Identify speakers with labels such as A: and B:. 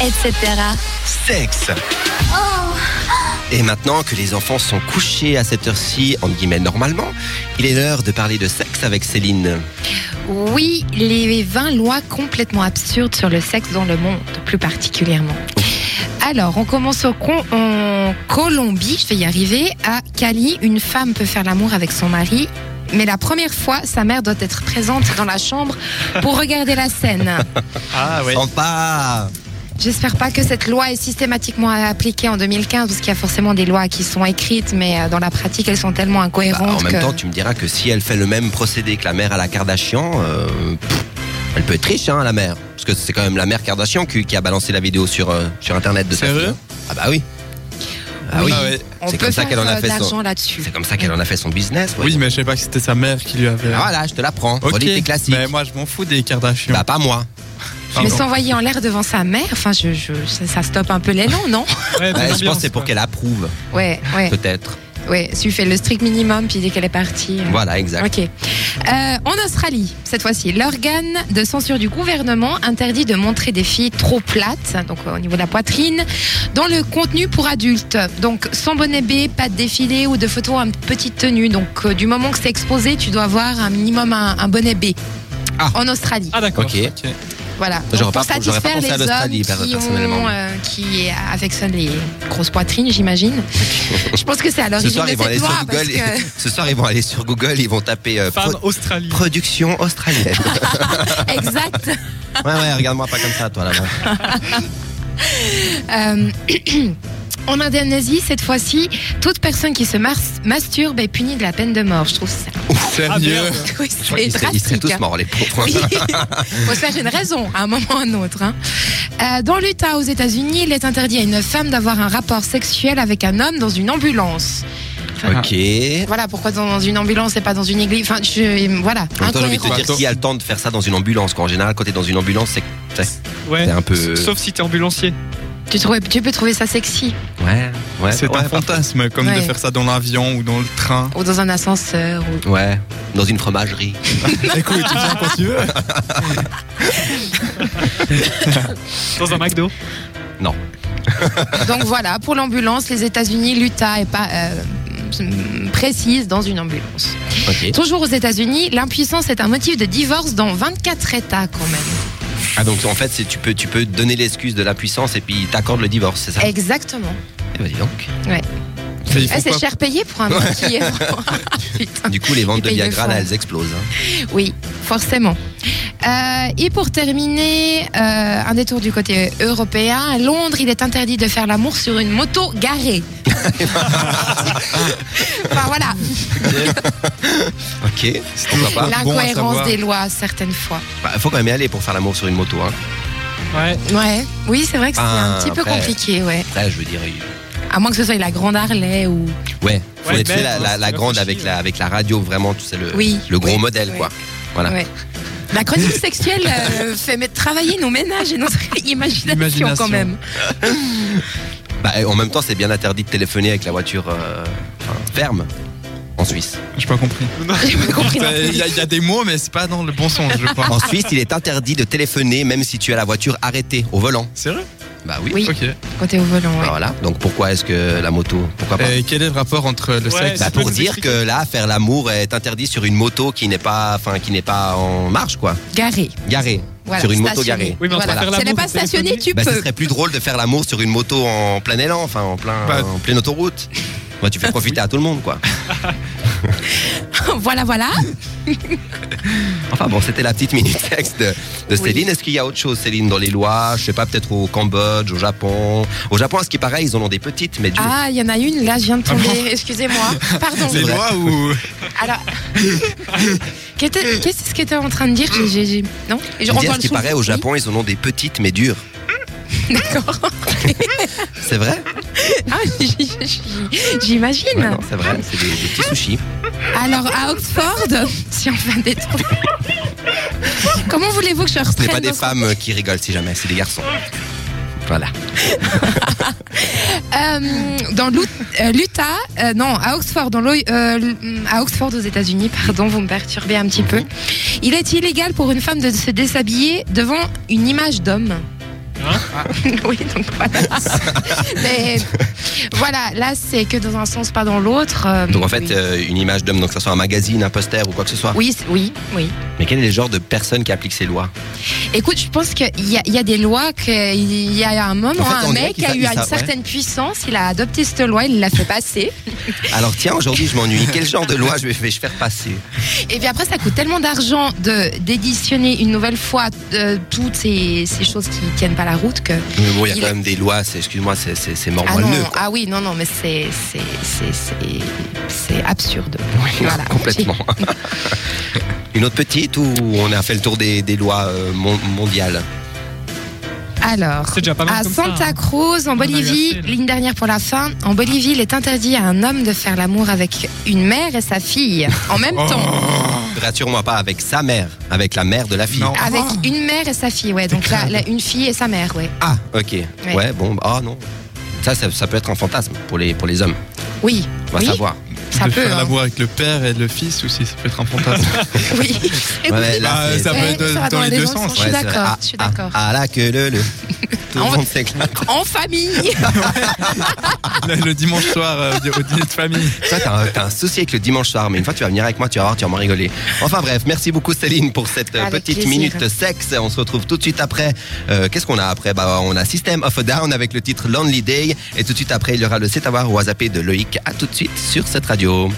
A: etc.
B: Sexe. Et maintenant que les enfants sont couchés à cette heure-ci, entre guillemets normalement, il est l'heure de parler de sexe avec Céline.
A: Oui, les 20 lois complètement absurdes sur le sexe dans le monde, plus particulièrement. Alors, on commence au con- en Colombie, je vais y arriver. À Cali, une femme peut faire l'amour avec son mari, mais la première fois, sa mère doit être présente dans la chambre pour regarder la scène.
C: Ah ouais.
B: Sympa
A: J'espère pas que cette loi est systématiquement appliquée en 2015, parce qu'il y a forcément des lois qui sont écrites, mais euh, dans la pratique, elles sont tellement
B: Bah,
A: incohérentes.
B: En même
A: que-
B: temps, tu me diras que si elle fait le même procédé que la mère à la Kardashian, euh, pff, elle peut être riche, hein, la mère. Parce que c'est quand même la mère Kardashian qui, qui a balancé la vidéo sur, euh, sur Internet de sa
C: Sérieux
B: fille. hein. Ah bah oui. Ah oui.
C: Ah ouais.
A: on
B: C'est
A: peut
B: comme ça qu'elle en a
A: faire, euh,
B: fait
A: de
B: son.
A: l'argent là-dessus.
B: C'est comme ça qu'elle en a fait son business. ouais.
C: Oui, mais je sais pas que c'était sa mère qui lui avait.
B: Ah, Voilà, je te l'apprends.
C: Ok.
B: Relis tes classiques.
C: Mais moi, je m'en fous des Kardashians.
B: Bah pas moi.
A: Mais
C: Pardon.
A: s'envoyer en l'air devant sa mère, enfin, je, je, ça, ça stoppe un peu l'élan, non
B: Ouais, je
C: Ouais,
B: pense
C: l'ambiance,
B: que c'est pour
C: quoi.
B: qu'elle approuve,
A: Ouais, ouais,
B: peut-être.
A: ouais. Tu fais le strict minimum, puis dès qu'elle est partie. euh,
B: Voilà, exact.
A: Ok. Euh, en Australie, cette fois-ci, l'organe de censure du gouvernement interdit de montrer des filles trop plates, donc euh, au niveau de la poitrine, dans le contenu pour adultes. Donc sans bonnet B, pas de défilé ou de photos en petite tenue. Donc euh, du moment que c'est exposé, tu dois avoir un minimum un, un bonnet B.
B: Ah.
A: En Australie,
C: Ah d'accord.
B: Ok.
C: ok.
A: voilà.
B: J'aurais
A: Donc, pour
B: pas- j'aurais pas
A: satisfaire
B: pensé à
A: les
B: l'Australie,
A: hommes qui,
B: personnellement.
A: ont, euh, qui affectionnent les grosses poitrines, j'imagine. Je pense que c'est à
B: Ce
A: l'origine
B: soir,
A: de
B: ils vont aller
A: cette
B: sur
A: loi. Parce
B: Google.
A: que...
B: Ce soir, ils vont aller sur Google. Ils vont taper euh,
C: Femme
B: pro-
C: Australie.
B: production australienne.
A: exact.
B: ouais, ouais. Regarde-moi pas comme ça, toi là-bas.
A: Euh, En Indonésie, cette fois-ci, toute personne qui se mas- masturbe est punie de la peine de mort. Je trouve ça.
C: Sérieux.
A: Oui,
B: Je crois qu'ils
A: c'est
B: seraient- ils seraient
A: drastique.
B: tous
A: hein.
B: morts les pauvres.
A: Oui. faut se faire une raison à un moment ou à un autre. hein. Euh, dans l'Utah, aux États-Unis, il est interdit à une femme d'avoir un rapport sexuel avec un homme dans une ambulance.
B: Ok.
A: Voilà pourquoi dans une ambulance et pas dans une église. Enfin, je, voilà.
B: En même temps, j'ai envie de
A: incohérent.
B: te dire qui a le temps de faire ça dans une ambulance. Quoi. En général, quand t'es dans une ambulance, c'est c'est-
D: Ouais.
B: c'est un peu.
D: Sauf si t'es ambulancier.
A: Tu, trouves- tu peux trouver ça sexy
B: Ouais, ouais.
C: C'est
B: ouais,
C: un
B: ouais,
C: fantasme comme
A: Ouais.
C: de faire ça dans l'avion ou dans le train.
A: ou dans un ascenseur. ou-
B: Ouais, dans une fromagerie.
C: Écoute, tu viens quand tu veux.
D: Dans un McDo.
A: Donc voilà, pour l'ambulance, les États-Unis, l'Utah est pas euh, précise dans une ambulance.
B: Ok.
A: Toujours aux États-Unis, l'impuissance est un motif de divorce dans 24 États quand même.
B: Ah, donc en fait, c'est- tu peux, tu peux donner l'excuse de la puissance et puis t'accordes le divorce, c'est ça
A: Exactement.
B: Eh ben, dis donc.
C: Mais ils font
A: Eh, c'est
C: quoi
A: cher payé pour un mec qui est. Putain.
B: Du coup, les ventes
A: Et
B: de
A: puis, ils le
B: Viagra,
A: font.
B: là, elles explosent. hein.
A: Oui, forcément. Euh, et pour terminer, euh, un détour du côté européen. À Londres, il est interdit de faire l'amour sur une moto garée. enfin voilà,
B: Ok,
C: C'est
B: pourquoi pas
C: toujours bon à
A: l'incohérence
C: savoir.
A: des lois certaines fois.
B: Bah, faut quand même y aller pour faire l'amour sur une moto. Hein.
D: Ouais.
A: Ouais, oui, c'est vrai que c'est
B: Ah,
A: un petit peu
B: après.
A: compliqué, ouais.
B: Là, je veux dire. il-
A: À moins que ce soit la grande Harley ou.
B: Ouais, faut
D: Ouais,
B: être, tu sais,
D: mais,
B: la,
D: hein,
B: la-
D: c'est
B: la
D: pas
B: grande
D: chier,
B: avec
D: ouais.
B: la, avec la radio, vraiment, tu sais, le,
A: Oui,
B: le gros
A: oui,
B: modèle,
A: oui.
B: quoi. Voilà.
A: Ouais. La chronique sexuelle euh, fait mettre- travailler nos ménages et notre imagination,
C: Imagination.
A: quand même.
B: Bah, en même temps, c'est bien interdit de téléphoner avec la voiture euh, enfin, ferme en Suisse.
A: Ah.
C: J'ai pas compris.
A: J'ai pas compris. non plus.
C: Il y, a- il y a des mots, mais c'est pas dans le bon sens, je crois.
B: En Suisse, il est interdit de téléphoner même si tu as la voiture arrêtée au volant.
C: Sérieux
B: Bah oui.
A: Oui.
C: Ok.
A: Quand t'es au volant, ouais.
B: Bah voilà. Donc pourquoi est-ce que la moto Pourquoi pas
D: Euh,
C: Et quel est le rapport entre le
D: Ouais,
C: sexe
D: tu
B: Bah
D: peux
B: pour
D: nous
B: dire
D: expliquer
B: que là, faire l'amour est interdit sur une moto qui n'est pas, enfin, qui n'est pas en marche, quoi.
A: Garé.
B: Garée.
A: Voilà,
B: sur une moto
A: stationné.
B: garée.
D: Oui, mais on
A: Voilà.
D: peut faire
A: Si elle n'est
D: l'amour
A: pas
D: au téléphone.
A: stationnée, tu
B: Bah, ce
A: peux.
B: serait plus drôle de faire l'amour sur une moto en plein élan, enfin, en plein,
C: Bah,
B: en pleine autoroute. Bah, tu fais profiter à tout le monde, quoi.
A: voilà, voilà.
B: Enfin bon, c'était la petite minute texte de, de
A: Oui.
B: Céline. Est-ce qu'il y a autre chose, Céline, dans les lois Je sais pas, peut-être au Cambodge, au Japon. Au Japon, à ce qui paraît, ils en ont des petites, mais Dieu.
A: Ah, il y en a une, là, je viens de tomber.
C: Ah bon
A: Excusez-moi. Pardon.
C: Les
B: vrai.
C: lois ou.
A: Alors. Qu'était- Qu'est-ce que tu en train de dire j'ai- j'ai- j'ai- Non Et
B: Je
A: on
B: veux dire,
A: doit
B: ce qui
A: le
B: paraît, au
A: soulever.
B: Japon, ils en ont des petites, mais dures.
A: D'accord.
B: C'est vrai
A: Ah, j'- j'- J'imagine.
B: Ouais, non, C'est vrai, c'est des, des
A: Ah,
B: petits sushis.
A: Alors à Oxford, si on fait un détour. Comment voulez-vous que je
B: Ce n'est pas
A: reprenne
B: des
A: dans ce-
B: femmes qui rigolent, si jamais, c'est des garçons. Voilà.
A: Euh, dans l'Out- euh, l'Utah, euh, non, à Oxford, dans l'O- euh, l- à Oxford aux États-Unis, pardon, vous me perturbez un petit peu. Il est illégal pour une femme de se déshabiller devant une image d'homme.
B: Hein?
A: oui, donc voilà. Mais voilà, là, c'est que dans un sens, pas dans l'autre. euh,
B: Donc en fait,
A: oui.
B: euh, une image d'homme, donc que ce soit un magazine, un poster ou quoi que ce soit.
A: Oui, c'est- oui, oui.
B: Mais quel est le genre de personne qui applique ces lois
A: Écoute, je pense qu'il y, a- il y a des lois qu'il y a un moment,
B: En fait,
A: un
B: on dirait
A: mec
B: qu'il
A: a
B: sa-
A: eu
B: il
A: une
B: sa- ouais.
A: certaine puissance, il a adopté cette loi, il l'a fait passer.
B: Alors tiens, aujourd'hui je m'ennuie. Quel genre de loi je vais, vais-je faire passer
A: Et puis après, ça coûte tellement d'argent de d'éditionner une nouvelle fois euh, toutes ces, ces choses qui tiennent pas la route que.
B: Mais Euh, bon, il y a
A: Il-
B: quand même des lois, c'est, excuse-moi, c'est, c'est, c'est mort
A: Ah, non,
B: moelleux, quoi.
A: ah oui, non, non, mais c'est c'est- c'est- c'est- c'est absurde.
B: ah,
A: Voilà.
B: Complètement. Une autre petite ou on a fait le tour des, des lois euh, mon- mondiales
A: Alors,
D: C'est déjà pas mal
A: à
D: comme ça,
A: Santa
D: hein.
A: Cruz, en
D: On a
A: Bolivie,
D: versé, là.
A: ligne dernière pour la fin, en Bolivie, il est interdit à un homme de faire l'amour avec une mère et sa fille en même
B: Oh.
A: temps.
B: Rassure-moi pas avec sa mère, avec la mère de la fille.
C: Non.
A: Avec une mère et sa fille, ouais. Donc là, là, une fille et sa mère, ouais.
B: Ah, ok. Ouais, bon, ah non. Ça, ça, ça peut être un fantasme pour les, pour les hommes.
A: Oui.
B: On va
A: oui.
B: savoir.
A: Ça
C: de
A: peut,
C: faire
A: hein.
C: l'amour avec le père et le fils aussi, ça peut être un fantasme.
A: Oui.
B: Ouais, mais là,
C: Ah,
B: c'est-
C: ça
B: c'est-
C: peut
A: Ouais,
C: être
A: ça va
C: dans les deux sens,
A: Je suis
B: ouais, c'est-
A: d'accord.
B: ah,
A: Je suis
B: ah,
A: d'accord.
B: Ah, là que le le. Tout le
A: On-
B: monde s'éclate.
A: En famille.
C: le, le dimanche soir euh, au dîner de famille.
B: Toi, t'as un, t'as un souci avec le dimanche soir, mais une fois tu vas venir avec moi, tu vas voir, tu vas m'en rigoler. Enfin bref, merci beaucoup Céline pour cette euh,
A: Avec
B: petite
A: plaisir.
B: minute sexe. On se retrouve tout de suite après. Euh, Qu'est-ce qu'on a après Bah, on a System of a Down avec le titre Lonely Day, et tout de suite après, il y aura le C'est à voir ou à zapper de Loïc. À tout de suite sur cette radio.